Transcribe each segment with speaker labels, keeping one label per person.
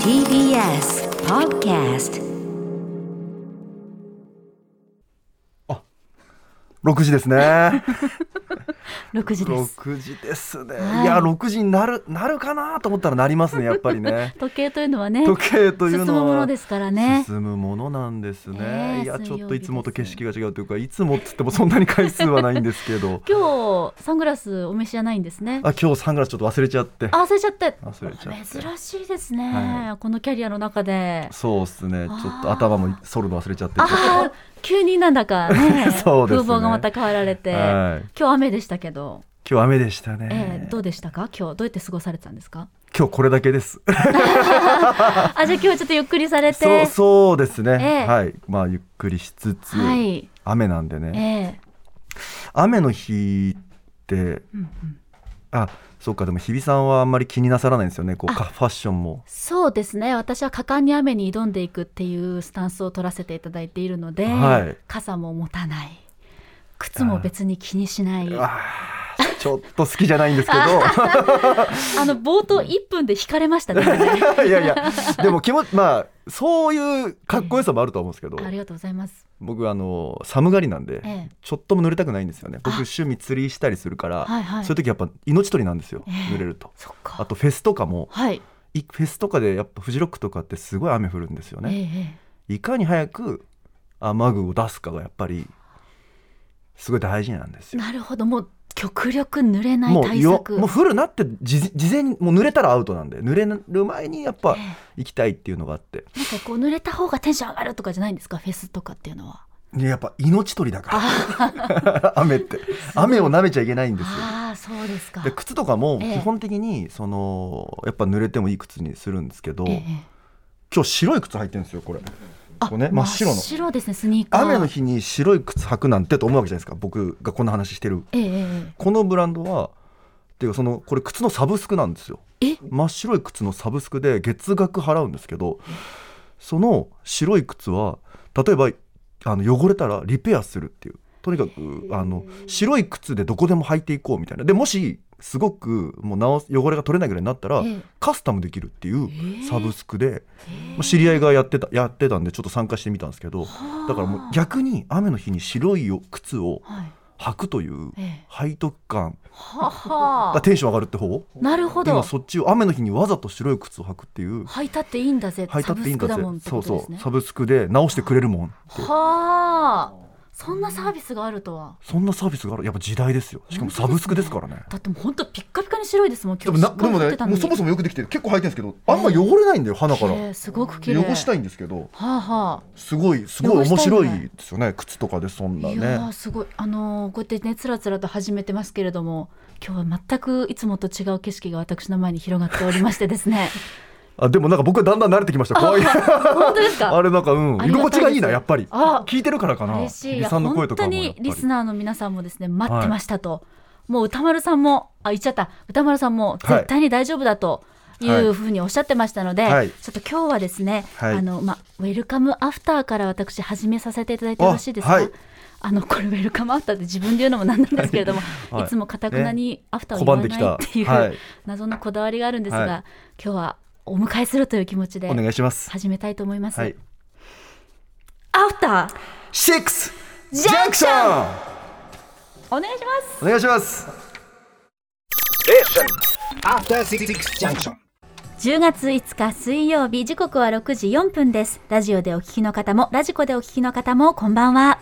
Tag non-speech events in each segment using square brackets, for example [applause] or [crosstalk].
Speaker 1: TBS Podcast
Speaker 2: 6時ですね。
Speaker 3: 六時です。
Speaker 2: 6時ですね。
Speaker 3: はい。
Speaker 2: い、や、6時になる、なるかなと思ったらなりますね、やっぱりね
Speaker 3: 時計というのはね、
Speaker 2: 時計という
Speaker 3: 進む
Speaker 2: の
Speaker 3: もの
Speaker 2: は。
Speaker 3: ですからね。
Speaker 2: 進むものなんですね。
Speaker 3: ねえ
Speaker 2: いや、
Speaker 3: 水
Speaker 2: ち
Speaker 3: 曜日。
Speaker 2: ょっといつもと景色が違うというか、いつもっつってもそんなに回数はないんですけど
Speaker 3: [laughs] 今日サングラスお召しじゃないんですね。
Speaker 2: あ、今日サングラスちょっと忘れちゃって。
Speaker 3: あ、忘れちゃって。
Speaker 2: 忘れちゃって
Speaker 3: 珍しいですね、
Speaker 2: は
Speaker 3: このキャリアの中で。
Speaker 2: そうっすね。ち
Speaker 3: あー
Speaker 2: ょっと頭も反るの忘れちゃってて。、
Speaker 3: ああ、急になんだかね
Speaker 2: [laughs] そうですね
Speaker 3: 風貌がまた変わられて、
Speaker 2: はい
Speaker 3: 今日雨でしたけど、
Speaker 2: 今日雨でしたね。
Speaker 3: えーどうでしたか？今日どうやって過ごされてたんですか？
Speaker 2: 今日これだけです。
Speaker 3: あ、じゃあ今日はちょっとゆっくりされ
Speaker 2: [laughs] そう、
Speaker 3: て、
Speaker 2: そうですね。
Speaker 3: ええ
Speaker 2: はい。まあ、ゆっくりしつつ、
Speaker 3: はい、
Speaker 2: 雨なんでね。
Speaker 3: ええ
Speaker 2: 雨の日って
Speaker 3: うんうん
Speaker 2: あそうかでも日比さんはあんまり気になさらないんですよねこうかファッションも、
Speaker 3: そうですね私は果敢に雨に挑んでいくっていうスタンスを取らせていただいているので、
Speaker 2: はい
Speaker 3: 傘も持たない靴も別に気にしないあ
Speaker 2: あーちょっと好きじゃないんです
Speaker 3: [laughs]
Speaker 2: けど
Speaker 3: の冒頭1分で引かれましたね
Speaker 2: [laughs] いやいやでも気持ちまあそういうかっこよさもあるとは思うんですけど、
Speaker 3: ありがとうございます
Speaker 2: 僕あの寒がりなんで、
Speaker 3: ええ
Speaker 2: ちょっとも濡れたくないんですよね僕
Speaker 3: あ
Speaker 2: 趣味釣りしたりするから、
Speaker 3: はいはい
Speaker 2: そういう時やっぱ命取りなんですよ、
Speaker 3: ええ
Speaker 2: 濡れると
Speaker 3: そっ
Speaker 2: あ
Speaker 3: か
Speaker 2: とフェスとかも
Speaker 3: はい、
Speaker 2: いフェスとかでやっぱフジロックとかってすごい雨降るんですよね、
Speaker 3: ええ
Speaker 2: いかに早く雨具を出すかがやっぱりすごい大事なんです
Speaker 3: ええ
Speaker 2: よ。
Speaker 3: なるほどもう極力濡れない
Speaker 2: もう
Speaker 3: 対
Speaker 2: よ
Speaker 3: 策
Speaker 2: もう降るなって事事前にもう濡れたらアウトなんで濡れる前にやっぱ
Speaker 3: え
Speaker 2: 行きたいっていうのがあって
Speaker 3: えなんかこう濡れた方がテンション上がるとかじゃないんですかフェスとかっていうのは
Speaker 2: ねやっぱ命取りだから [laughs] 雨って雨を舐めちゃいけないんですよ。
Speaker 3: ああそうですか
Speaker 2: で靴とかも
Speaker 3: ええ
Speaker 2: 基本的にそのやっぱ濡れてもいい靴にするんですけど、
Speaker 3: ええええ
Speaker 2: 今日白い靴履いてるんですよこれ。
Speaker 3: あ
Speaker 2: こうね真っ白の
Speaker 3: 真っ白ですねスニーカー
Speaker 2: 雨の日に白い靴履くなんてと思うわけじゃないですか僕がこんな話してる
Speaker 3: ええええ
Speaker 2: このブランドはっていうかそのこれ靴のサブスクなんですよ
Speaker 3: え
Speaker 2: 真っ白い靴のサブスクで月額払うんですけどその白い靴は例えばあの汚れたらリペアするっていうとにかくあの白い靴でどこでも履いていこうみたいなでもしすごくもう直す汚れが取れないぐらいになったら、
Speaker 3: ええ
Speaker 2: カスタムできるっていうサブスクで、
Speaker 3: え
Speaker 2: まあ知り合いがやってたやってたんでちょっと参加してみたんですけどだからもう逆に雨の日に白いよ靴を
Speaker 3: はい
Speaker 2: 履くという
Speaker 3: ええ
Speaker 2: 背徳感
Speaker 3: はは
Speaker 2: がテンション上がるって方
Speaker 3: なるほど
Speaker 2: 今そっちを雨の日にわざと白い靴を履くっていう
Speaker 3: 履いたっていいんだぜ
Speaker 2: 履いたっていいんだ
Speaker 3: サブスクだ
Speaker 2: ぜ
Speaker 3: もんって
Speaker 2: そ
Speaker 3: こ
Speaker 2: う
Speaker 3: と
Speaker 2: そ
Speaker 3: です
Speaker 2: う
Speaker 3: ね
Speaker 2: サブスクで直してくれるもんって
Speaker 3: はあそんなサービスがあるとは
Speaker 2: そんなサービスがあるやっぱ時代ですよしかもサブスクですからね
Speaker 3: だってもう本当ピッカピカに白いですもん
Speaker 2: で
Speaker 3: 今日
Speaker 2: もなでもねもうそもそもよくできてる結構履いてるんですけどあんま汚れないんだよ鼻から
Speaker 3: ええすごく綺麗
Speaker 2: 汚した
Speaker 3: い
Speaker 2: いんですけど
Speaker 3: はあは
Speaker 2: すごいすごい面
Speaker 3: 汚
Speaker 2: 白
Speaker 3: したい
Speaker 2: い
Speaker 3: ね
Speaker 2: ですよね靴とかでそん
Speaker 3: あ
Speaker 2: ない
Speaker 3: やー
Speaker 2: ね
Speaker 3: すごいあのーこうやってねつらつらと始めてますけれども今日は全くいつもと違う景色が私の前に広がっておりましてです
Speaker 2: [laughs]
Speaker 3: ね
Speaker 2: あでもなんか僕はだんだん慣れてきましたこういう
Speaker 3: 本当ですか
Speaker 2: [laughs] あれなんかうん
Speaker 3: あ
Speaker 2: 居
Speaker 3: りがたいです
Speaker 2: 心地がいいなやっぱり
Speaker 3: あ
Speaker 2: 聞いてるからかな
Speaker 3: 嬉しいい
Speaker 2: 日比
Speaker 3: や
Speaker 2: さんの声
Speaker 3: 本
Speaker 2: と
Speaker 3: 当
Speaker 2: かもやっ
Speaker 3: に
Speaker 2: ぱり
Speaker 3: リスナーの皆さんもですね待ってましたと、もう歌丸さんもあ言っちゃった歌丸さんも
Speaker 2: はい
Speaker 3: 絶対に大丈夫だと。い
Speaker 2: はいう
Speaker 3: ふうにおっしゃってましたので、
Speaker 2: はい
Speaker 3: ちょっと今日はですね、
Speaker 2: はい
Speaker 3: あのまウェルカムアフターから私始めさせていただいてよろしいですか。
Speaker 2: あはい
Speaker 3: あのこれウェルカムアフターって自分で言うのもなんなんですけれども、
Speaker 2: はい
Speaker 3: いつもかたくなにアフターを
Speaker 2: 拒
Speaker 3: 言
Speaker 2: ん
Speaker 3: わ
Speaker 2: で
Speaker 3: な
Speaker 2: き
Speaker 3: い
Speaker 2: た
Speaker 3: っていう、
Speaker 2: はい
Speaker 3: 謎のこだわりがあるんですが、
Speaker 2: はい
Speaker 3: 今日はお迎えするという気持ちで
Speaker 2: お願いします
Speaker 3: 始めたいと思います。
Speaker 2: はい
Speaker 3: アフター
Speaker 2: 6
Speaker 3: ジャンクションお願いします。
Speaker 2: お願いします。
Speaker 4: After Six Junction.
Speaker 3: 10月5日水曜日時刻は6時4分ですラジオでお聞きの方もラジコでお聞きの方もこんばんは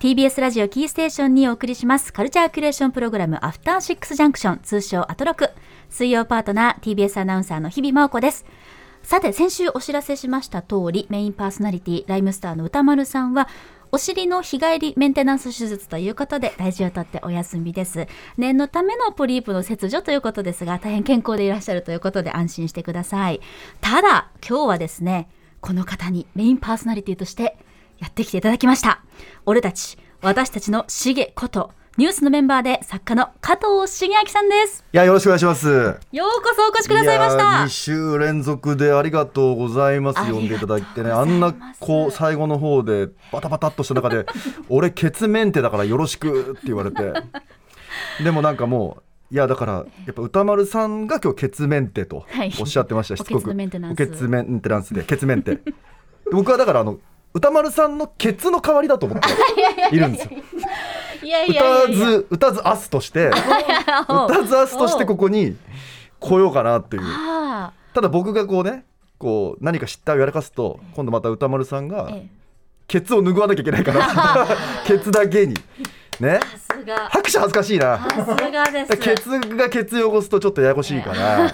Speaker 3: TBS ラジオキーステーションにお送りしますカルチャーキュレーションプログラムアフターシックスジャンクション通称アトロク水曜パートナー TBS アナウンサーの日々真央子ですさて先週お知らせしました通りメインパーソナリティライムスターの歌丸さんはお尻の日帰りメンテナンス手術ということで大事をとってお休みです念のためのポリープの切除ということですが大変健康でいらっしゃるということで安心してくださいただ今日はですねこの方にメインパーソナリティとしてやってきていただきました俺たち私たちのしげことニュースのメンバーで作家の加藤茂明さんです
Speaker 2: いや、よろしくお願いします。
Speaker 3: ようこそお越しくださいまし
Speaker 2: や
Speaker 3: た
Speaker 2: 二週連続でありがとうございます。
Speaker 3: ありがと
Speaker 2: 呼
Speaker 3: うん
Speaker 2: でいただいてね、あ
Speaker 3: ござい
Speaker 2: ん
Speaker 3: ます
Speaker 2: なこう最後の方でバタバタっとした
Speaker 3: [laughs]
Speaker 2: 中で、俺ケツメンテだからよろしくって言われて、でもなんかもういやだからやっぱ歌丸さんが今日血面ってと
Speaker 3: はい
Speaker 2: おっしゃってましたし、
Speaker 3: おケツのメンテナンス
Speaker 2: おケツメンテナンスで血面ってで僕はだからあの歌丸さんのケツの代わりだと思っているんですよ
Speaker 3: いやいや
Speaker 2: 歌
Speaker 3: いやい
Speaker 2: ず歌ずアスとして
Speaker 3: や [laughs] おう
Speaker 2: 歌ずアスとしてここに来ようかなっていう
Speaker 3: あ
Speaker 2: ただ僕がこうねこう何か失態をやらかすと今度また歌丸さん
Speaker 3: あ
Speaker 2: が
Speaker 3: え
Speaker 2: ケツを拭わなきゃいけないから
Speaker 3: [laughs]
Speaker 2: ケツだけにね
Speaker 3: えさすが
Speaker 2: 拍手恥ずかしいな
Speaker 3: さすがです
Speaker 2: [laughs] ケツがケツ汚すとちょっとややこしいから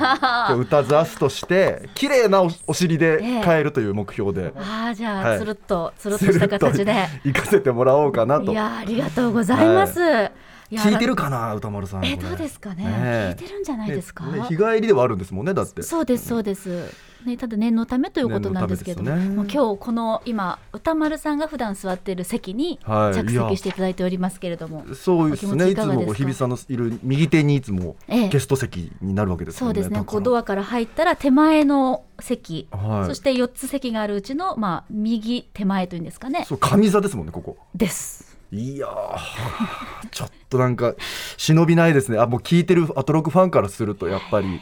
Speaker 3: [laughs]
Speaker 2: 今日歌ずアスとして綺麗なおお尻で帰るという目標で
Speaker 3: ああじゃあ、
Speaker 2: はい
Speaker 3: つるっとつるっとした形で
Speaker 2: 行かせてもらおうかないと
Speaker 3: やーありがとうございます、い、や
Speaker 2: 聞いてるかな歌丸さん
Speaker 3: え
Speaker 2: これ
Speaker 3: どうですかね
Speaker 2: ね
Speaker 3: 聞いてるんじゃないですか、
Speaker 2: ねね日帰りではあるんですもんねだって
Speaker 3: そうですそうです、ね、ただ念のためということなんですけども,、
Speaker 2: 念のためですね
Speaker 3: もう今日この今歌丸さんが普段座っている席に
Speaker 2: はい
Speaker 3: 着
Speaker 2: いや
Speaker 3: 席していただいておりますけれども、
Speaker 2: そうで
Speaker 3: お気
Speaker 2: す
Speaker 3: 持ち
Speaker 2: ね。
Speaker 3: い
Speaker 2: い
Speaker 3: か
Speaker 2: つ
Speaker 3: がですか
Speaker 2: もこう日比さんのいる右手にいつも
Speaker 3: ええ
Speaker 2: ゲスト席になるわけです
Speaker 3: そ
Speaker 2: よ
Speaker 3: う
Speaker 2: ね。
Speaker 3: ですねこう
Speaker 2: だ
Speaker 3: ドアから入ったら手前の席、
Speaker 2: からはい。
Speaker 3: そして4つ席があるうちの、まあ、右手前というんですかね
Speaker 2: そう上座ですもんねここ。
Speaker 3: です
Speaker 2: いやー [laughs] ちょっとなんか忍びないですね。あもう聞いてるアトロクファンからするとやっぱり。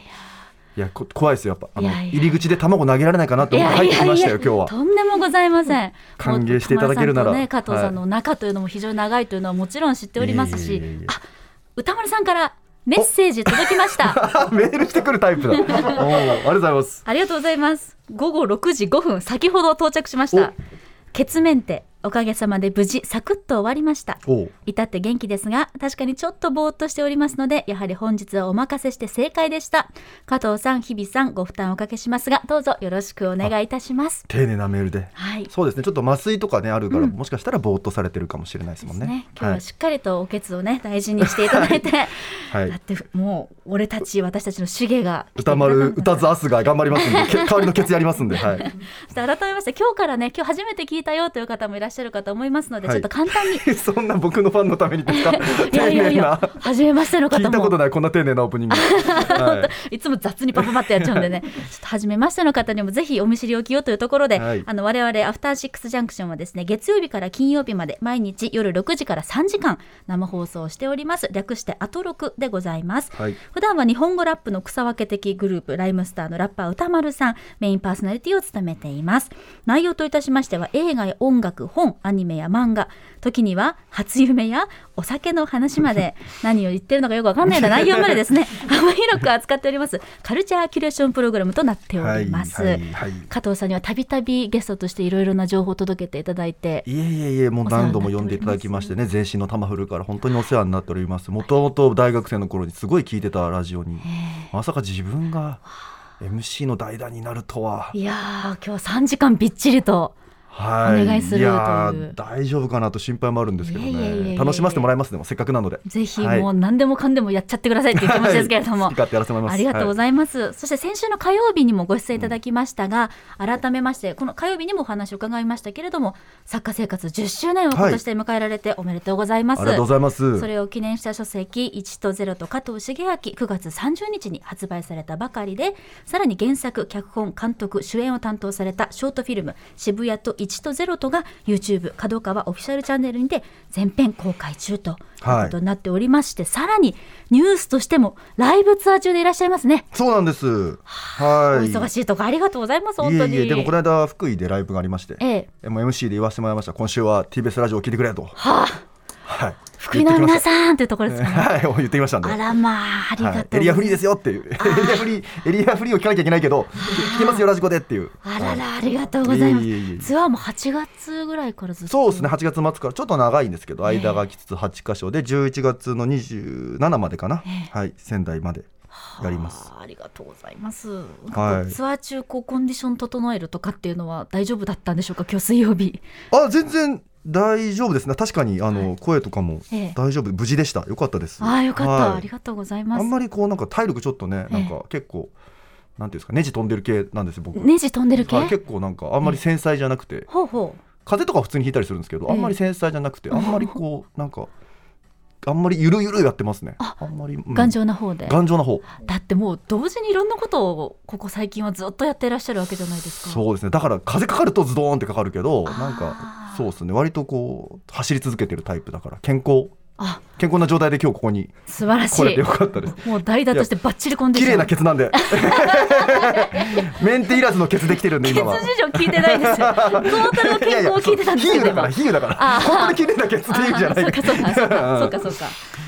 Speaker 2: いやこ怖いですよやっぱあ
Speaker 3: い
Speaker 2: の
Speaker 3: やいや
Speaker 2: 入り口で卵投げられないかなって思って入ってきましたよ今日は。
Speaker 3: とんでもございません
Speaker 2: 歓迎していただけるなら
Speaker 3: もう歌丸さんとね、加藤さんの仲というのも非常に長いというのはもちろん知っておりますし、
Speaker 2: いえいえいえいえ
Speaker 3: あ歌丸さんからメッセージ届きました
Speaker 2: あ [laughs] メールしてくるタイプだ。おーありがとうございます。
Speaker 3: [laughs] ありがとうございます。午後6時5分、先ほど到着しました。血面って、おかげさまで無事、サクッと終わりました。
Speaker 2: おう
Speaker 3: 至って元気ですが、確かにちょっとぼーっとしておりますので、やはり本日はお任せして正解でした。加藤さん、日比さん、ご負担おかけしますが、どうぞよろしくお願いいたします。
Speaker 2: 丁寧なメールで。
Speaker 3: はい。
Speaker 2: そうですねちょっと麻酔とかねあるから、もしかしたらぼーっとされてるかもしれないですもんね。
Speaker 3: ね、今日はしっかりとおけつをね、大事にしていただいて、
Speaker 2: はい
Speaker 3: だってもう俺たち私たちのシゲが来ていた
Speaker 2: 歌
Speaker 3: だくんだ
Speaker 2: 丸歌ずアスが頑張りますんでけ代わりのケツやりますんで、はい、
Speaker 3: [laughs] そして改めまして今日からね今日初めて聞いたよという方もいらっしゃるかと思いますので、
Speaker 2: はい
Speaker 3: ちょっと簡単に
Speaker 2: そんな僕のファンのためにですか
Speaker 3: いやい
Speaker 2: 丁
Speaker 3: やい
Speaker 2: 寧
Speaker 3: や
Speaker 2: な
Speaker 3: 初めましての方も
Speaker 2: 聞いたことないこんな丁寧なオープニング、はい
Speaker 3: つも雑にパパパってやっちゃうんでねちょっと初めましての方にもぜひお見知りおきよというところで、
Speaker 2: はい
Speaker 3: あの我々アフターシックスジャンクションはですね月曜日から金曜日まで毎日夜6時から3時間生放送をしております略してアトロクでございます、
Speaker 2: はい
Speaker 3: 普段は日本語ラップの草分け的グループライムスターのラッパー歌丸さんメインパーソナリティを務めています内容といたしましては映画や音楽本アニメや漫画時には初夢やお酒の話ま
Speaker 2: [laughs]
Speaker 3: で何を言ってるのかよくわかんないような内容までですね幅広く扱っておりますカルチャーキュレーションプログラムとなっております、
Speaker 2: はいはいはい
Speaker 3: 加藤さんにはたびたびゲストとしていろいろな情報を届けていただいて
Speaker 2: いえいえいえもう何度も呼んでいただきましてね全身の玉振るから本当にお世話になっておりますもともと大学生の頃にすごい聞いてたラジオにまさか自分が MC の代打になるとはい
Speaker 3: やー今日3時間びっちりと
Speaker 2: はい
Speaker 3: お願いするという
Speaker 2: やー大丈夫かなと心配もあるんですけど
Speaker 3: いえいえいえいえ
Speaker 2: ね楽しませてもらいますでもせっかくなので
Speaker 3: ぜひ
Speaker 2: はい
Speaker 3: もう何でもかんでもやっちゃってくださいっていう気持ちですけれども、
Speaker 2: [laughs] はい好き勝手やらせてもらいます
Speaker 3: ありがとうございます、そして先週の火曜日にもご出演いただきましたが、改めましてこの火曜日にもお話を伺いましたけれども作家生活10周年を今年で迎えられておめでとうございます、
Speaker 2: ありがとうございます
Speaker 3: それを記念した書籍「1と0と加藤茂明」9月30日に発売されたばかりでさらに原作脚本監督主演を担当されたショートフィルム「渋谷と1と0と」が YouTube 角川オフィシャルチャンネルにて全編公開中ということになっておりまして、さらにニュースとしてもライブツアー中でいらっしゃいますね。
Speaker 2: そうなんですはい
Speaker 3: お忙しいとこありがとうございます本当に
Speaker 2: いえいえでもこの間福井でライブがありまして、
Speaker 3: ええ
Speaker 2: えもう MC で言わせてもらいました今週は TBS ラジオを聞いてくれと、はい、
Speaker 3: 福井の皆
Speaker 2: ん
Speaker 3: さんというところですか、ね、
Speaker 2: はい、もう言ってきましたんで
Speaker 3: あらまあありがとうござい
Speaker 2: は
Speaker 3: ま
Speaker 2: い、
Speaker 3: す、
Speaker 2: エリアフリーですよっていうエリアフリーエリアフリーを聞かなきゃいけないけど聞きますよラジコでっていう
Speaker 3: あらら、ありがとうございます。
Speaker 2: いえいえいえ
Speaker 3: ツアーも8月ぐらいからずっと。
Speaker 2: そうですね8月末からちょっと長いんですけど間が空きつつ8箇所で11月の27までかな、はい、仙台までやります
Speaker 3: あー。ありがとうございます。
Speaker 2: はい
Speaker 3: ツアー中、こうコンディション整えるとかっていうのは大丈夫だったんでしょうか、今日水曜日。
Speaker 2: あ全然大丈夫ですね確かにあの、声とかも
Speaker 3: ええ
Speaker 2: 大丈夫無事でしたよかったです
Speaker 3: ああ、よかった、
Speaker 2: はい
Speaker 3: ありがとうございま
Speaker 2: あ
Speaker 3: す
Speaker 2: ん。まりこうなんか体力ちょっとね
Speaker 3: え
Speaker 2: なんか結構、なんていうんですかネジ飛んでる系なんですよ僕
Speaker 3: ネジ飛んでる系。
Speaker 2: はい結構なんかあんまり繊細じゃなくて、
Speaker 3: ほうほう。
Speaker 2: 風邪とか普通に引いたりするんですけど、
Speaker 3: ええ
Speaker 2: あんまり繊細じゃなくてあんまりこうなんかあんまりゆるゆるやってますねあんまり、うん
Speaker 3: 頑丈な方で。
Speaker 2: 頑丈な方
Speaker 3: だってもう同時にいろんなことをここ最近はずっとやっていらっしゃるわけじゃないですか。
Speaker 2: そうですねだから風邪かかるとズドーンってかかるけどなん
Speaker 3: あ
Speaker 2: か
Speaker 3: ー
Speaker 2: そうですね割とこう走り続けてるタイプだから健康
Speaker 3: あ
Speaker 2: 健康な状態で今日ここに
Speaker 3: 素晴らし
Speaker 2: 来れて
Speaker 3: い
Speaker 2: よかったです
Speaker 3: もう代打としてバッチリ込んで
Speaker 2: 綺麗な
Speaker 3: ケ
Speaker 2: ケツなんでメンテいらずのケツできてるんで
Speaker 3: ツ事 [laughs]
Speaker 2: 今は
Speaker 3: 情聞いてない
Speaker 2: [laughs]
Speaker 3: ですよトータルの健康を聞いてたんですけ
Speaker 2: いやいやそう比喩
Speaker 3: ど
Speaker 2: だから
Speaker 3: 今
Speaker 2: 比喩だか
Speaker 3: あ
Speaker 2: ら
Speaker 3: ー
Speaker 2: 本当に綺麗なケツっていう意味じゃない
Speaker 3: あーそうかそうかそうかそうかそううか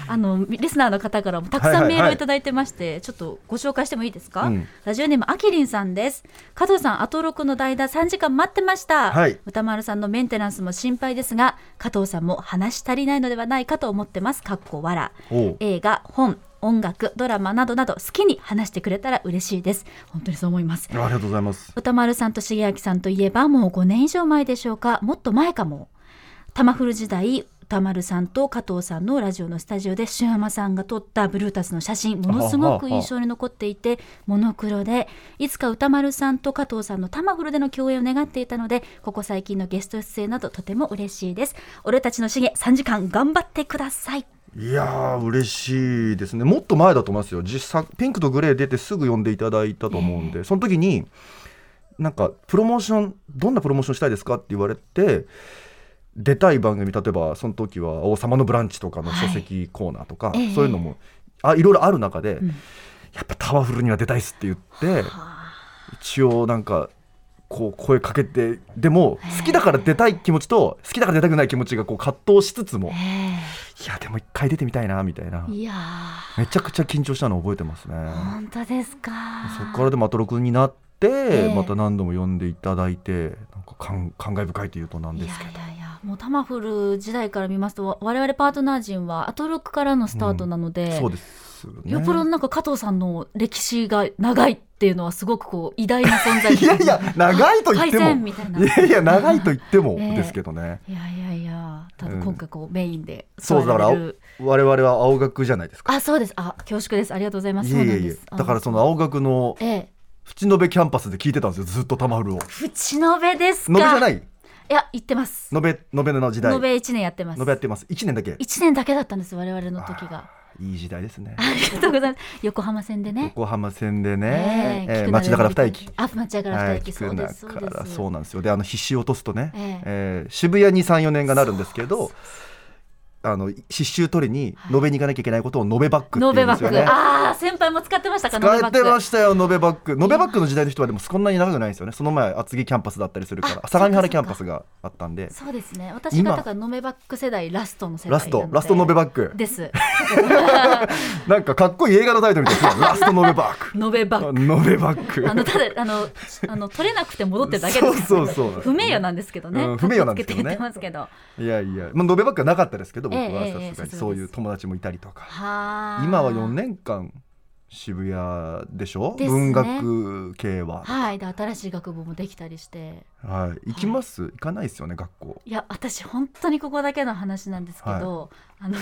Speaker 3: あのリスナーの方からもたくさんメールをいただいてまして、ちょっとご紹介してもいいですか、
Speaker 2: うん
Speaker 3: ラジオネームあきりんさんです加藤さんアトロクの代打3時間待ってました、
Speaker 2: はい
Speaker 3: 歌丸さんのメンテナンスも心配ですが加藤さんも話し足りないのではないかと思ってますかっこわら
Speaker 2: おう
Speaker 3: 映画本音楽ドラマなどなど好きに話してくれたら嬉しいです本当にそう思います
Speaker 2: ありがとうございます
Speaker 3: 歌丸さんと重明さんといえばもう5年以上前でしょうかもっと前かも玉古時代歌丸さんと加藤さんのラジオのスタジオで俊山さんが撮ったブルータスの写真ものすごく印象に残っていてモノクロでいつか歌丸さんと加藤さんの玉古での共演を願っていたのでここ最近のゲスト出演などとても嬉しいです俺たちの重3時間頑張ってください
Speaker 2: いやー嬉しいですねもっと前だと思いますよ実際ピンクとグレー出てすぐ呼んでいただいたと思うんで、その時になんかプロモーションどんなプロモーションしたいですかって言われて出たい番組例えばその時は「王様のブランチ」とかの書籍コーナーとか、
Speaker 3: ええ
Speaker 2: そういうのもあいろいろある中で、
Speaker 3: ん
Speaker 2: やっぱタワフルには出たいっすって言って一応なんか。こう声かけてでも好きだから出たい気持ちと好きだから出たくない気持ちがこう葛藤しつつもいやでも一回出てみたいなみたいない
Speaker 3: や
Speaker 2: めちゃくちゃ緊張したの覚えてますね
Speaker 3: ー本当ですか
Speaker 2: そこからでもアトロクになって、
Speaker 3: え
Speaker 2: また何度も呼んでいただいてなんか感感慨深いというとなんですけど
Speaker 3: いやいやいやもうタマフル時代から見ますとわ我々パートナー陣はアトロックからのスタートなので、
Speaker 2: そうですよね
Speaker 3: よっぽどなんか加藤さんの歴史が長いっていうのはすごくこう偉大な存在
Speaker 2: いや [laughs] いや長いと言っ
Speaker 3: 改
Speaker 2: て
Speaker 3: 善
Speaker 2: も
Speaker 3: みたいない
Speaker 2: やいや長いと言っても
Speaker 3: ええ
Speaker 2: ですけどね、
Speaker 3: いやいやいやただ
Speaker 2: うん
Speaker 3: 今回こうメインで
Speaker 2: そうだから
Speaker 3: 座
Speaker 2: あ
Speaker 3: れ
Speaker 2: お
Speaker 3: る
Speaker 2: 我々は青学じゃないですか
Speaker 3: あそうですあ恐縮ですありがとうございます
Speaker 2: いえいえ
Speaker 3: そう
Speaker 2: い
Speaker 3: なんで
Speaker 2: え
Speaker 3: す
Speaker 2: だからその青学の
Speaker 3: あええ
Speaker 2: 淵野辺キャンパスで聞いてたんですよずっとタマフルを
Speaker 3: 淵野辺ですか
Speaker 2: 延べじゃないい
Speaker 3: や行ってます
Speaker 2: 延べ延べの時代
Speaker 3: 延
Speaker 2: 延べ
Speaker 3: べ一年やってます
Speaker 2: やってます1年だけ
Speaker 3: 一年だけだったんです我々の時が
Speaker 2: いい時代ですね
Speaker 3: ありがとうございます横浜線でね
Speaker 2: 横浜線で
Speaker 3: え
Speaker 2: ね、
Speaker 3: え聞
Speaker 2: えー
Speaker 3: くな
Speaker 2: 町田から二駅。
Speaker 3: あ町田から
Speaker 2: は
Speaker 3: 二
Speaker 2: い、
Speaker 3: 駅、
Speaker 2: 聞
Speaker 3: そ
Speaker 2: く
Speaker 3: う
Speaker 2: な
Speaker 3: ですそう
Speaker 2: か
Speaker 3: で
Speaker 2: ら
Speaker 3: す
Speaker 2: そうなんですよであの必死を落とすとね、
Speaker 3: え
Speaker 2: え
Speaker 3: え
Speaker 2: ー渋谷に34年がなるんですけどあの刺繍取りに延べに行かなきゃいけないことを延べバッグ
Speaker 3: ノ
Speaker 2: っ
Speaker 3: ベ
Speaker 2: て言うん
Speaker 3: バ
Speaker 2: で
Speaker 3: ッ
Speaker 2: すよ
Speaker 3: ク、
Speaker 2: ね。
Speaker 3: ああ先輩も使ってましたかノベ
Speaker 2: 使
Speaker 3: バッ
Speaker 2: ってま
Speaker 3: ク
Speaker 2: したよ延べバッグ延べバッグの時代の人はでもそんなに長くないんですよねその前厚木キャンパスだったりするか
Speaker 3: あ
Speaker 2: ら相模
Speaker 3: そ
Speaker 2: 原
Speaker 3: うか
Speaker 2: キャンパスがあったんで
Speaker 3: そうですね私が
Speaker 2: 今
Speaker 3: だからノベバック世代ラストの世代
Speaker 2: ラストラスト延べ
Speaker 3: バッ
Speaker 2: バッグ
Speaker 3: です
Speaker 2: なんかかっこいい映画のタイトルみたいですよラスト延べバッ
Speaker 3: ノベバ
Speaker 2: [laughs]
Speaker 3: ッ
Speaker 2: グ延べバッグ
Speaker 3: クあのただあのあの取れなくて戻ってるだけですから
Speaker 2: そうそうそう
Speaker 3: 不名誉なんですけどね、
Speaker 2: うん不名誉なんですけどね
Speaker 3: かっこつけて言ってますけど
Speaker 2: いやいや、まあ、延べばっかなかったですけど僕
Speaker 3: ええ
Speaker 2: は
Speaker 3: ええ
Speaker 2: さ
Speaker 3: ええ
Speaker 2: す
Speaker 3: さすが
Speaker 2: がに
Speaker 3: です
Speaker 2: そういう友達もいたりとか、
Speaker 3: はあ
Speaker 2: 今は4年間渋谷でしょ
Speaker 3: ですね
Speaker 2: 文学系は、
Speaker 3: はいで新しい学部もできたりして
Speaker 2: はい、行きます、行かないですよね学校
Speaker 3: いや私本当にここだけの話なんですけど、あの [laughs]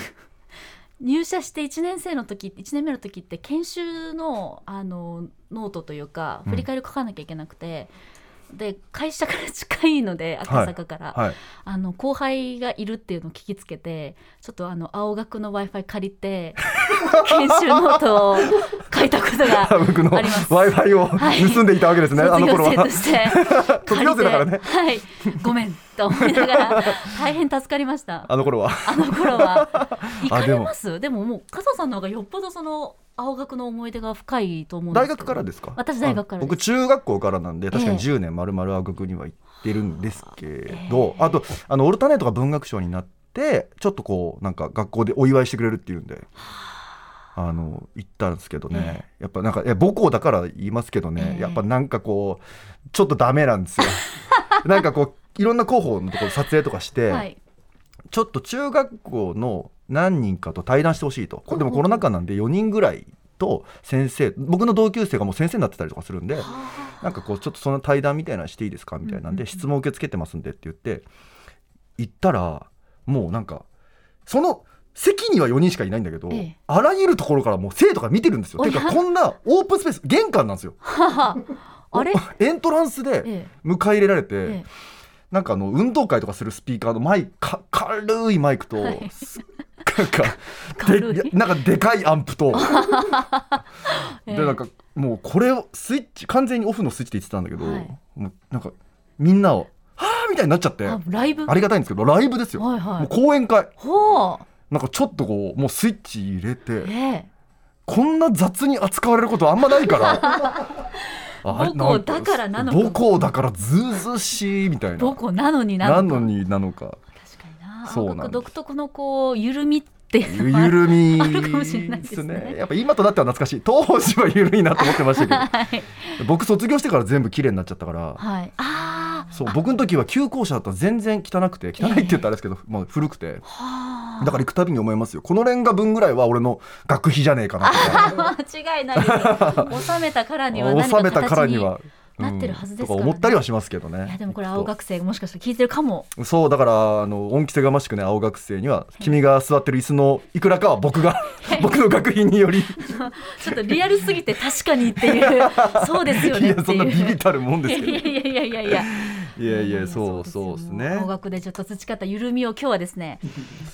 Speaker 3: 入社して1年生の時1年目の時って研修のあのノートというか
Speaker 2: うん
Speaker 3: 振り返りを書かなきゃいけなくて、で会社から近いので赤坂から、
Speaker 2: はい
Speaker 3: あの後輩がいるっていうのを聞きつけてちょっとあの青学の w i f i 借り
Speaker 2: [laughs]
Speaker 3: て研修ノートを書いたこと
Speaker 2: [laughs]
Speaker 3: が
Speaker 2: 僕の
Speaker 3: あります
Speaker 2: w i f i を
Speaker 3: はい
Speaker 2: 盗んでいたわけ
Speaker 3: [laughs]
Speaker 2: ですね、あ
Speaker 3: 卒
Speaker 2: の
Speaker 3: 業
Speaker 2: 頃
Speaker 3: 生と
Speaker 2: は
Speaker 3: して
Speaker 2: [laughs] 卒業生だからね
Speaker 3: 借りてはいごめんと思いながら大変助かりました
Speaker 2: あの頃は
Speaker 3: [laughs] あの頃は行か
Speaker 2: あ
Speaker 3: れ
Speaker 2: でも
Speaker 3: ますでももう加藤さんの方がよっぽどその青学の思い出が深いと思うんですけ
Speaker 2: 大
Speaker 3: ど
Speaker 2: 学からですか
Speaker 3: 私大学から
Speaker 2: あ
Speaker 3: です
Speaker 2: 僕中学校からなんで確かに
Speaker 3: ええ
Speaker 2: 10年まるまる青学には行ってるんですけ
Speaker 3: え
Speaker 2: ど、あとあのオルタネートが文学賞になってちょっとこうなんか学校でお祝いしてくれるっていうんで。あの行ったんですけどね、やっぱなんかいや母校だから言いますけどね、
Speaker 3: ええ
Speaker 2: やっぱなんかこうちょっとダメな
Speaker 3: [laughs]
Speaker 2: んですよなんかこういろんな広報のところ撮影とかして、
Speaker 3: はい
Speaker 2: ちょっと中学校の何人かと対談してほしいとこれでもコロナ禍なんで4人ぐらいと先生僕の同級生がもう先生になってたりとかするんでなんかこうちょっとその対談みたいなのしていいですかみたいなん
Speaker 3: うんうんう
Speaker 2: で
Speaker 3: ん
Speaker 2: 質問受け付けてますんでって言って行ったらもうなんかその席には4人しかいないんだけど、
Speaker 3: ええ
Speaker 2: あらゆるところからもう生徒が見てるんですよ。
Speaker 3: お
Speaker 2: て
Speaker 3: や
Speaker 2: いうかこんなオープンスペース玄関なんですよ。
Speaker 3: ははあれ
Speaker 2: [laughs] エントランス
Speaker 3: え
Speaker 2: で
Speaker 3: え
Speaker 2: 迎え入れられて、
Speaker 3: ええ
Speaker 2: なんかあの運動会とかするスピーカーのマイクか軽いマイクと、
Speaker 3: はい
Speaker 2: すな
Speaker 3: [laughs]
Speaker 2: んか
Speaker 3: 軽い
Speaker 2: でなんかでかいアンプと
Speaker 3: [laughs] ええ
Speaker 2: でなんかもうこれをスイッチ完全にオフのスイッチで言ってたんだけど、
Speaker 3: はい
Speaker 2: もうなんかみんなを「はあ」みたいになっちゃって
Speaker 3: あ
Speaker 2: あ
Speaker 3: ライブ
Speaker 2: りがたいんですけどライブですよ、
Speaker 3: はいはい
Speaker 2: もう講演会
Speaker 3: ほう
Speaker 2: なんかちょっとこうもうスイッチ入れ
Speaker 3: え
Speaker 2: て
Speaker 3: え
Speaker 2: こんな雑に扱われることあんまないからあれ
Speaker 3: [laughs] 母校だからなのか
Speaker 2: 母校だからずうずうしいみたいな
Speaker 3: 母校なのにな
Speaker 2: な
Speaker 3: のか
Speaker 2: のになのか
Speaker 3: 確かにな
Speaker 2: そう
Speaker 3: 青
Speaker 2: なんです
Speaker 3: 学独特のこう緩みっていう
Speaker 2: ゆ
Speaker 3: のは
Speaker 2: るみ
Speaker 3: あるかもしれないですね
Speaker 2: やっぱ今となっては懐かしい当時はゆるいなと思ってましたけど、
Speaker 3: [laughs] はい、
Speaker 2: 僕卒業してから全部綺麗になっちゃったから
Speaker 3: はい、あー
Speaker 2: そう僕の時は旧校舎だったら全然汚くて汚いって言ったらあれですけど、まあ、古くて
Speaker 3: はあ
Speaker 2: だから行くたびに思いますよこのレンガ分ぐらいは俺の学費じゃねえかなとか
Speaker 3: [laughs] 間違いないです収めたからには何か
Speaker 2: [laughs] 収めたから
Speaker 3: 形
Speaker 2: に
Speaker 3: に
Speaker 2: は。うん
Speaker 3: なってるはずです
Speaker 2: と
Speaker 3: か
Speaker 2: から
Speaker 3: ね
Speaker 2: 思ったりはしますけどね。
Speaker 3: いやでもこれ青学生もしかしたら聞いてるかも
Speaker 2: そうだからあの恩着せがましくね青学生には君が座ってる椅子のいくらかは僕が僕の学費により
Speaker 3: ちょっとリアルすぎて確かにっていう
Speaker 2: [laughs]
Speaker 3: そうですよ
Speaker 2: い
Speaker 3: ねっ
Speaker 2: や
Speaker 3: て
Speaker 2: そん
Speaker 3: い
Speaker 2: な
Speaker 3: う
Speaker 2: ビビたるもんですけど
Speaker 3: いやいやいやいやいや
Speaker 2: いやいやそうそうですね
Speaker 3: 青学でちょっと培った緩みを今日はですね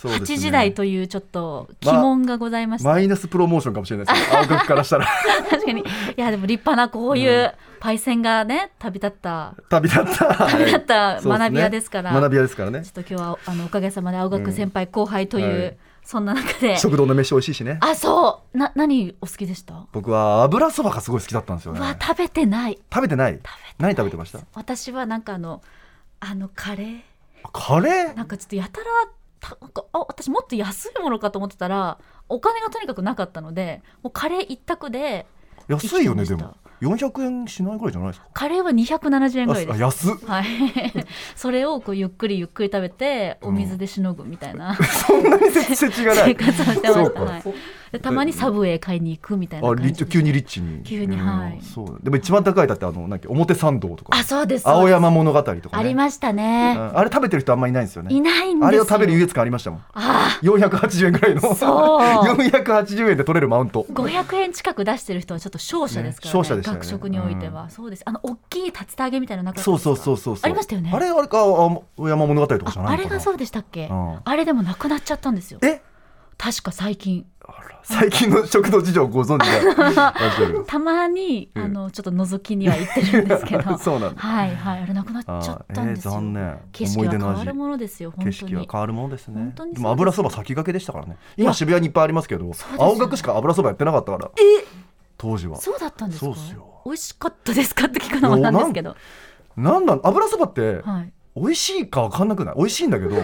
Speaker 2: そうですね
Speaker 3: 8時台というちょっと鬼門がございまして、
Speaker 2: マイナスプロモーションかもしれないですけど青学からしたら
Speaker 3: [laughs] 確かにいやでも立派なこういうパイセンがね旅立った
Speaker 2: 旅立った旅
Speaker 3: 立った学び屋ですから
Speaker 2: 学び屋ですからね
Speaker 3: ちょっと今日はあのおかげさまで青学先輩後輩という、
Speaker 2: うんはい
Speaker 3: そんな中で
Speaker 2: 食堂の飯美味しいしね
Speaker 3: あそうな何お好きでした
Speaker 2: 僕は油そばがすごい好きだったんですよ
Speaker 3: う
Speaker 2: ね
Speaker 3: わ食べてない
Speaker 2: 食べてない何食べてました
Speaker 3: 私はなんかあのあのカレー
Speaker 2: カレー
Speaker 3: なんかちょっとやたらたなんかあ私もっと安いものかと思ってたらお金がとにかくなかったのでもうカレー一択で
Speaker 2: 安いよ
Speaker 3: 行
Speaker 2: ね
Speaker 3: き
Speaker 2: で
Speaker 3: ました
Speaker 2: も400円しないぐらいじゃないですか
Speaker 3: カレーは270円ぐらい
Speaker 2: あ
Speaker 3: で
Speaker 2: あ
Speaker 3: す
Speaker 2: 安っ [laughs]
Speaker 3: はい、 [laughs] それをこうゆっくりゆっくり食べてお水でしのぐみたい
Speaker 2: [laughs]
Speaker 3: な、
Speaker 2: そんなに節
Speaker 3: [laughs]
Speaker 2: 制がな
Speaker 3: 生
Speaker 2: い
Speaker 3: 活をしてま
Speaker 2: そ
Speaker 3: し
Speaker 2: う
Speaker 3: た、
Speaker 2: か
Speaker 3: はい、でたまにサブウェイ買いに行くみたいな
Speaker 2: あ
Speaker 3: 感
Speaker 2: リッ
Speaker 3: じ
Speaker 2: チ急にリッチに
Speaker 3: 急に
Speaker 2: うん
Speaker 3: はい
Speaker 2: そうでも一番高いだってあのなんだっけ表参道とか
Speaker 3: あそうです
Speaker 2: 青山物語とかね
Speaker 3: ありましたね、
Speaker 2: うんあれ食べてる人あんまいないんですよね
Speaker 3: いないんですよ
Speaker 2: あれを食べる優越感ありましたもん
Speaker 3: あ
Speaker 2: 480円ぐらいの
Speaker 3: そう
Speaker 2: 480円で取れるマウント
Speaker 3: あ500円近く出してる人はちょっと勝者ですからね
Speaker 2: ね勝者でしたよね
Speaker 3: 学食においては、そうですあの大きい竜田揚げみたいなのなかった
Speaker 2: そ
Speaker 3: で
Speaker 2: う
Speaker 3: すか
Speaker 2: そうそうそうそう
Speaker 3: ありましたよね
Speaker 2: あれあれか青山物語とかじゃ
Speaker 3: あ
Speaker 2: な
Speaker 3: あ
Speaker 2: いの
Speaker 3: れ
Speaker 2: かな
Speaker 3: がそうでしたっけ、
Speaker 2: うん
Speaker 3: あれでもなくなっちゃったんですよ
Speaker 2: え
Speaker 3: 確か最近
Speaker 2: あら最近の食堂事情ご存知だ大丈夫
Speaker 3: たまに、
Speaker 2: うん
Speaker 3: あのちょっと覗きには行ってるん [laughs] ですけど
Speaker 2: [laughs] そうなんだ
Speaker 3: はいはいあれなくなっち
Speaker 2: あ
Speaker 3: ゃっ
Speaker 2: ー
Speaker 3: た
Speaker 2: え
Speaker 3: ん
Speaker 2: ー
Speaker 3: ですよ、
Speaker 2: 残念
Speaker 3: 景色は変わる
Speaker 2: 思い
Speaker 3: ものですよ本
Speaker 2: 出の味
Speaker 3: 当
Speaker 2: 景色は
Speaker 3: に
Speaker 2: 変わるものですね
Speaker 3: 本当にそうです
Speaker 2: でも油そば先駆けでしたからね
Speaker 3: いや
Speaker 2: 今渋谷にいっぱいありますけど
Speaker 3: そうですよ
Speaker 2: 青学しか油そばやってなかったから当時は
Speaker 3: そうだったんですか
Speaker 2: そうっすよ
Speaker 3: 美味しかったですかって聞くのもなんですけど
Speaker 2: なんなん油そばって
Speaker 3: はい
Speaker 2: 美味しいか分かんなくない美味しいんだけど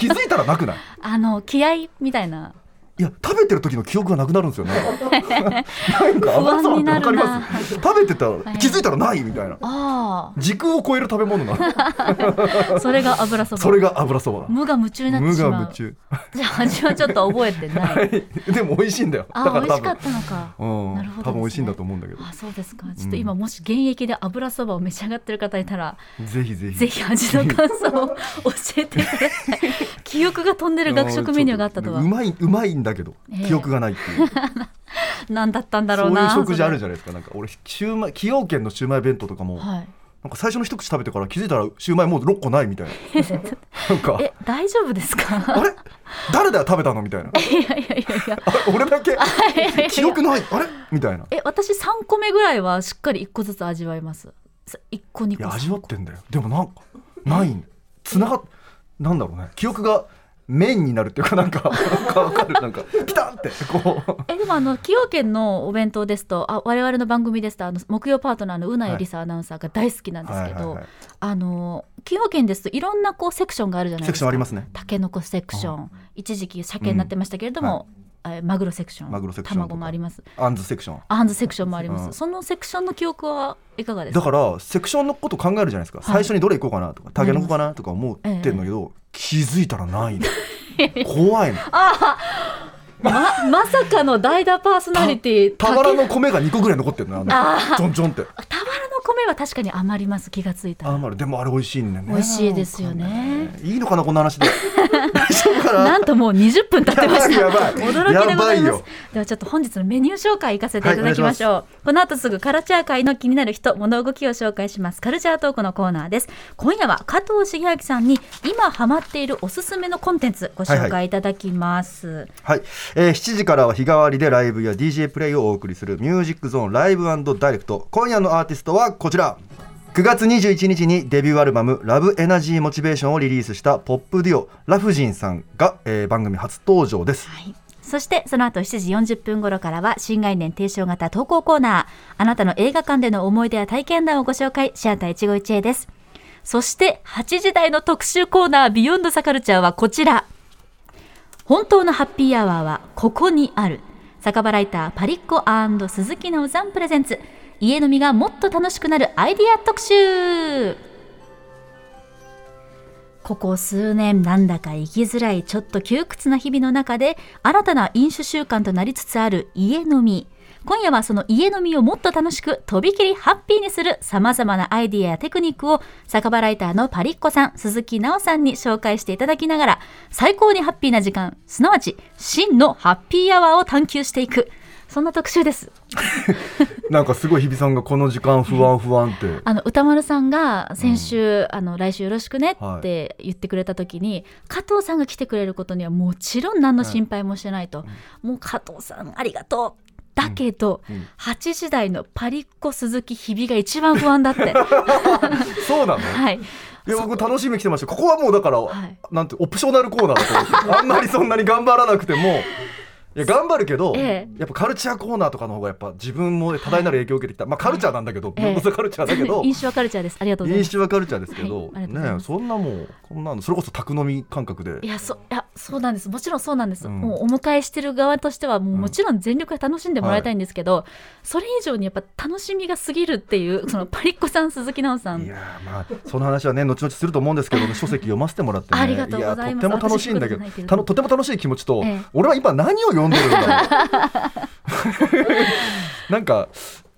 Speaker 2: 気づいたらなくない
Speaker 3: あの気合みたいない
Speaker 2: や食べてる時の記憶がなくなるんですよねなんか油そばっ
Speaker 3: 不安
Speaker 2: て分かり
Speaker 3: になる
Speaker 2: ま
Speaker 3: な
Speaker 2: す食べてた
Speaker 3: は
Speaker 2: ら
Speaker 3: い
Speaker 2: 気づいたらないみたいな
Speaker 3: あ
Speaker 2: 時空を超える食べ物なの
Speaker 3: あそれが油そば
Speaker 2: それが油そばだ
Speaker 3: 無我夢中になって
Speaker 2: 無
Speaker 3: しまう
Speaker 2: 我夢中
Speaker 3: じゃあ味はちょっと覚えて
Speaker 2: [laughs]
Speaker 3: ない、
Speaker 2: でも美味しいんだよだ
Speaker 3: あ
Speaker 2: か
Speaker 3: あ
Speaker 2: ら
Speaker 3: 美味
Speaker 2: 多
Speaker 3: しか
Speaker 2: 分
Speaker 3: ったのか
Speaker 2: うん、
Speaker 3: なるほどですね
Speaker 2: 多分美味しいんだと思うんだけど
Speaker 3: あそうですかちょっと今もし現役で油そばを召し上がってる方いたら、
Speaker 2: ぜひぜひ
Speaker 3: ぜひ味の感想を教えてください記憶が飛んでる学食メニューがあったとは
Speaker 2: うんちょっねうまいうまいんだけど、
Speaker 3: ええ
Speaker 2: 記憶がないっていう
Speaker 3: 何だったんだろ
Speaker 2: そううい
Speaker 3: な
Speaker 2: う食事あるじ
Speaker 3: ゃ
Speaker 2: ゃないですかなんか俺シューマイ崎陽軒のシューマイ弁当とかも、
Speaker 3: はい
Speaker 2: なんか最初の一口食べてから気づいたらシューマイもう6個ないみたいな [laughs] なんか
Speaker 3: え大丈夫です
Speaker 2: あ
Speaker 3: か
Speaker 2: れ誰だよ食べたのみたいな
Speaker 3: [laughs] いやいやいやいや
Speaker 2: あれ俺だけ
Speaker 3: いや
Speaker 2: 記憶ないあれみたいな
Speaker 3: え私3個目ぐらいはしっかり1個ずつ味わいますさ1個2
Speaker 2: い
Speaker 3: 個
Speaker 2: や味
Speaker 3: 3個
Speaker 2: わってんだよでもなんかないつながっなんだろうね記憶が面になるっていうかなんかなんかわかるなんかピタンってこう
Speaker 3: えでもあの崎陽軒のお弁当ですとあ我々の番組ですとあの木曜パートナーのうなえりさアナウンサーが大好きなんですけ
Speaker 2: はいはい
Speaker 3: ど
Speaker 2: はい
Speaker 3: あの崎陽軒ですといろんなこうセクションがあるじゃないで
Speaker 2: セ
Speaker 3: す
Speaker 2: クショ
Speaker 3: か
Speaker 2: ンありますね
Speaker 3: たけのこセクション一時期鮭になってましたけれども、えマグロセクション
Speaker 2: マグロセクションとか
Speaker 3: 卵もあります
Speaker 2: アンズセクション
Speaker 3: あんずセクションもあります、
Speaker 2: うん
Speaker 3: そのセクションの記憶はいかがです
Speaker 2: だ
Speaker 3: か
Speaker 2: からセクションのこと考えるじゃないですか、
Speaker 3: はい
Speaker 2: 最初にどれ行こうかなとかタケノコかなとか思ってんだけど、気づいたらない
Speaker 3: [laughs]
Speaker 2: の怖いの
Speaker 3: ままさかの代打パーソナリティ
Speaker 2: た
Speaker 3: た
Speaker 2: わ
Speaker 3: け
Speaker 2: らの米が2個ぐらい残ってるのよ
Speaker 3: あ
Speaker 2: あのちょんちょんって
Speaker 3: 俵の米は確かに余ります気がついたら
Speaker 2: あまるでもあれ美味しいんだよね
Speaker 3: 美味しいですよね
Speaker 2: いいのかなこんな
Speaker 3: [laughs]
Speaker 2: 話で大丈夫かな
Speaker 3: なんともう20分経ってました
Speaker 2: やばいやばい
Speaker 3: 驚きでござい
Speaker 2: やばい
Speaker 3: ます
Speaker 2: よ
Speaker 3: ではちょっと本日のメニュー紹介行かせていただきましょう、この後すぐカルチャー界の気になる人物動きを紹介しますカルチャートークのコーナーです今夜は加藤茂明さんに今ハマっているおすすめのコンテンツご紹介いただきます、
Speaker 2: はい、えー7時からは日替わりでライブや DJ プレイをお送りするミュージックゾーンライブダイレクト今夜のアーティストはこちら9月21日にデビューアルバム「ラブエナジーモチベーション」をリリースしたポップデュオラフジンさんが、えー番組初登場です
Speaker 3: はいそしてその後7時40分頃からは新概念提唱型投稿コーナーあなたの映画館での思い出や体験談をご紹介シアター一期一会ですそして8時台の特集コーナービヨンドサカルチャーはこちら本当のハッピーアワーはここにある酒場ライターパリッコ鈴木直さんプレゼンツ家飲みがもっと楽しくなるアイディア特集ここ数年なんだか生きづらいちょっと窮屈な日々の中で新たな飲酒習慣となりつつある家飲み今夜はその家飲みをもっと楽しくとびきりハッピーにする様々なアイディアやテクニックを酒場ライターのパリッコさん鈴木奈緒さんに紹介していただきながら最高にハッピーな時間すなわち真のハッピーアワーを探求していくそんな特集です
Speaker 2: なんかすごい日比さんがこの時間不安不安って
Speaker 3: あの歌丸さんが先週、あの来週よろしくねって言ってくれた時に、加藤さんが来てくれることにはもちろん何の心配もしてないと、もう加藤さんありがとうだけど、
Speaker 2: うんうん
Speaker 3: 8時台のパリッコ鈴木日比が一番不安だ
Speaker 2: [laughs]
Speaker 3: って、
Speaker 2: そうなの、い、
Speaker 3: はい、
Speaker 2: や僕楽しみに来てましたここはもうだから、
Speaker 3: はい
Speaker 2: なんてオプショナルコーナーだと思ってあんまりそんなに頑張らなくてもいや頑張るけど、
Speaker 3: ええ
Speaker 2: やっぱカルチャーコーナーとかの方がやっぱ自分も多大なる影響を受けてきた、まあカルチャーなんだけど、
Speaker 3: ええ
Speaker 2: 僕もカルチャーだ
Speaker 3: [laughs]
Speaker 2: けど
Speaker 3: 飲酒はカルチャーですありがとうござい
Speaker 2: 飲
Speaker 3: ます
Speaker 2: 酒はカルチャーですけど、
Speaker 3: はいありがとうござい
Speaker 2: ね
Speaker 3: ます
Speaker 2: そんなもうこんなのそれこそ宅飲み感覚で
Speaker 3: いやそいやそうなんですもちろんそうなんです、
Speaker 2: うん
Speaker 3: もうお迎えしてる側としてはもうもちろん全力で楽しんでもらいたいんですけど、それ以上にやっぱ楽しみが過ぎるっていうそのパリッコさん鈴木奈緒さん
Speaker 2: いやーまあその話はね後々すると思うんで
Speaker 3: [laughs]
Speaker 2: すけど、ね、書籍読ませてもらって、ね、
Speaker 3: ありがとうございます
Speaker 2: やとっても楽しいんだけ
Speaker 3: 私聞くことないけれ
Speaker 2: ど
Speaker 3: ど
Speaker 2: たのとても楽しい気持ちと、
Speaker 3: ええ
Speaker 2: 俺は今何を読んでるんだろ
Speaker 3: [laughs]
Speaker 2: うなんか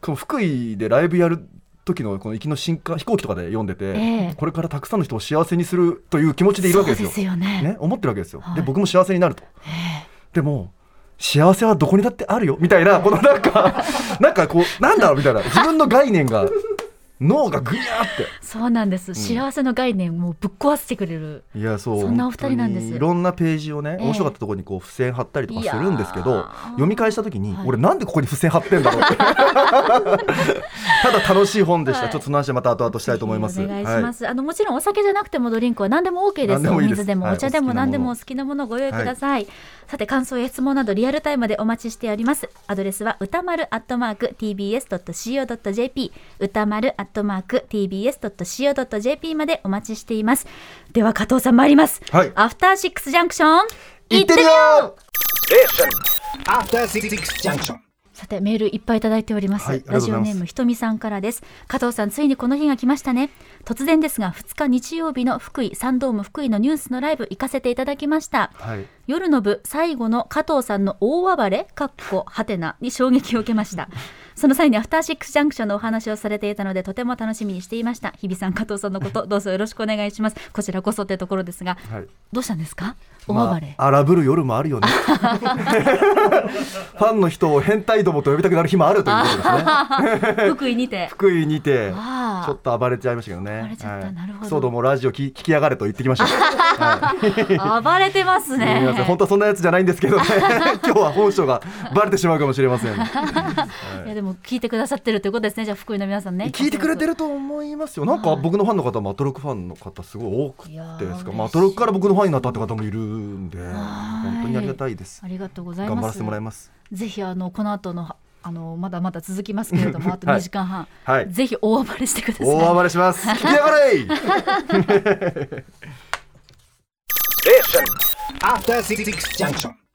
Speaker 2: こう福井でライブやる時のこの行きの新幹飛行機とかで読んでて、
Speaker 3: ええ
Speaker 2: これからたくさんの人を幸せにするという気持ちでいるわけですよ。
Speaker 3: そうですよね
Speaker 2: ね、思ってるわけですよ。
Speaker 3: はい
Speaker 2: で僕も幸せになると。でも幸せはどこにだってあるよみたいなこのな
Speaker 3: [laughs]
Speaker 2: んかなんかこうなんだろうみたいな自分の概念が脳がぐにゃーって。
Speaker 3: そうなんです、幸せの概念をぶっ壊してくれる
Speaker 2: いやそう
Speaker 3: そんなお二人なんです
Speaker 2: 本当にいろんなページをね、
Speaker 3: ええ
Speaker 2: 面白かったところにこう付箋貼ったりとか
Speaker 3: いや
Speaker 2: す
Speaker 3: ー
Speaker 2: るんですけど読み返した時に、
Speaker 3: はい
Speaker 2: 俺なんでここに付箋貼ってんだろう
Speaker 3: [laughs]
Speaker 2: ってただ楽しい本でした、
Speaker 3: はい
Speaker 2: ちょっとその話はまた後々したいと思います
Speaker 3: ぜひお願いします、あのもちろんお酒じゃなくてもドリンクは何でも OK です
Speaker 2: 何でもいいです
Speaker 3: お水でも
Speaker 2: はい
Speaker 3: お茶でも
Speaker 2: お好きなもの
Speaker 3: 何でもお好きなものをご用意ください、さて感想や質問などリアルタイムでお待ちしておりますアドレスは歌丸アットマーク tbs.co.jp 歌丸アットマーク tbs.co.jp までお待ちしていますでは加藤さん参ります、
Speaker 2: はい
Speaker 3: アフターシックスジャンクション
Speaker 2: はい、行ってみよう
Speaker 4: After Six Junction.
Speaker 3: さてメールいっぱいいただいております、
Speaker 2: はいありがと
Speaker 3: ラ
Speaker 2: うござ
Speaker 3: ジ
Speaker 2: い
Speaker 3: オ
Speaker 2: ます
Speaker 3: ネームひとみさんからです加藤さんついにこの日が来ましたね突然ですが2日日曜日の福井サンドーム福井のニュースのライブ行かせていただきました
Speaker 2: はい
Speaker 3: 夜の部最後の加藤さんの大暴れかっこはてなに衝撃を受けま
Speaker 2: [laughs]
Speaker 3: したその際にアフターシックスジャンクションのお話をされていたのでとても楽しみにしていました日比さん加藤さんの
Speaker 2: [laughs]
Speaker 3: ことどうぞよろしくお願いしますこちらこそってところですが
Speaker 2: はい
Speaker 3: どうしたんですか大
Speaker 2: ま
Speaker 3: 暴れ、
Speaker 2: あ、荒ぶる夜もある
Speaker 3: [laughs]
Speaker 2: よねファンの人を変態どもと呼びたくなる日もあるということです
Speaker 3: [laughs]
Speaker 2: ね
Speaker 3: 福井に
Speaker 2: [laughs]
Speaker 3: て
Speaker 2: 福井にて
Speaker 3: あー
Speaker 2: ちょっと暴れちゃいましたけどね
Speaker 3: 暴れちゃった
Speaker 2: はい
Speaker 3: なるほど
Speaker 2: そうどもラジオ聞き聞きやがれと言っ
Speaker 3: [laughs]
Speaker 2: てきましたはい
Speaker 3: 暴れてます
Speaker 2: すみ
Speaker 3: ね
Speaker 2: ません本当はそんなやつじゃないんです
Speaker 3: [laughs]
Speaker 2: けどね今日は本性がバレてしまうかもしれません、
Speaker 3: いやでも聞いてくださってるってことですねじゃあ福井の皆さんね
Speaker 2: 聞いてくれてると思いますよなんか僕のファンの方もアトロクファンの方すごい多く
Speaker 3: いやー
Speaker 2: てですか、
Speaker 3: 嬉しい
Speaker 2: まあ、アトロクから僕のファンになったって方もいるんで
Speaker 3: はい
Speaker 2: 本当にありがたいです
Speaker 3: ありがとうございます
Speaker 2: 頑張らせてもらいます
Speaker 3: ぜひあのこの後のあのまだまだ続きますけれどもあと
Speaker 2: [laughs] はい
Speaker 3: 2時間半、
Speaker 2: はい
Speaker 3: ぜひ大暴れしてください
Speaker 2: 大暴れ
Speaker 3: [laughs]
Speaker 2: します聞きやがれ
Speaker 4: After Six Junction.